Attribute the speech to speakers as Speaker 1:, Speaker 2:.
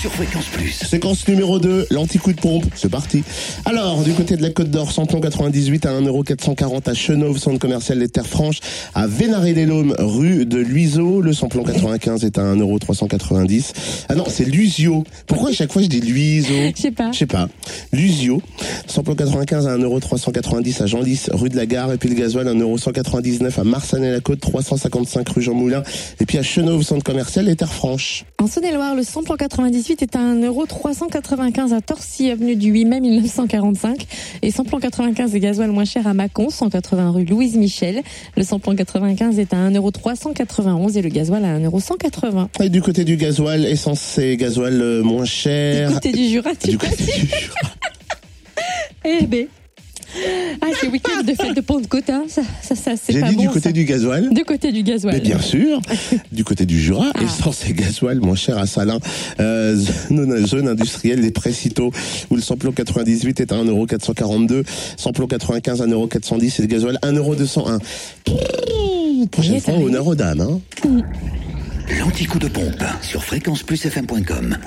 Speaker 1: Sur Fréquence Plus.
Speaker 2: Séquence numéro 2, l'anti-coup de pompe, c'est parti. Alors, du côté de la Côte d'Or, Santon 98 à 1,440€ à Chenauve, centre commercial des Terres Franches, à Vénaré-les-Laumes, rue de Luiseau. Le samplon 95 est à 1,390€. Ah non, c'est Lusio. Pourquoi à chaque fois je dis Luiseau
Speaker 3: Je sais pas.
Speaker 2: Je sais pas. Lusio, samplon 95 à 1,390€ à Genlis, rue de la Gare, et puis le gasoil 1,199€ à Marsanet-la-Côte, 355 rue Jean Moulin, et puis à Chenauve, centre commercial des Terres Franches.
Speaker 3: En Saône-et-Loire, le samplon 98 est à 1,395€ à Torcy, avenue du 8 mai 1945. Et samplon 95 et gasoil moins cher à Mâcon, 180 rue Louise Michel. Le samplon 95 est à 1,391€ et le gasoil à 1,180€.
Speaker 2: Et du côté du gasoil, essence et gasoil euh, moins cher. Ah,
Speaker 3: Côté du Jura, tu
Speaker 2: Du
Speaker 3: vois.
Speaker 2: côté du Jura.
Speaker 3: Eh ben. Ah, c'est week-end de fête de Pentecôte, hein. Ça, ça, ça c'est
Speaker 2: J'ai
Speaker 3: pas
Speaker 2: dit
Speaker 3: bon.
Speaker 2: du côté
Speaker 3: ça.
Speaker 2: du gasoil.
Speaker 3: De côté du gasoil.
Speaker 2: Mais bien sûr, du côté du Jura,
Speaker 3: Ah.
Speaker 2: essence et gasoil moins cher à Salins, euh, zone, zone industrielle des Précitaux, où le samplon 98 est à 1,442€, samplon 95 à 1,410€ et le gasoil 1,201€. Pouh,
Speaker 3: Oui,
Speaker 2: Prochaine
Speaker 3: ça
Speaker 2: fois,
Speaker 3: arrive.
Speaker 2: honneur aux dames. Hein.
Speaker 1: L'anti-coup de pompe. Sur fréquenceplusfm.com.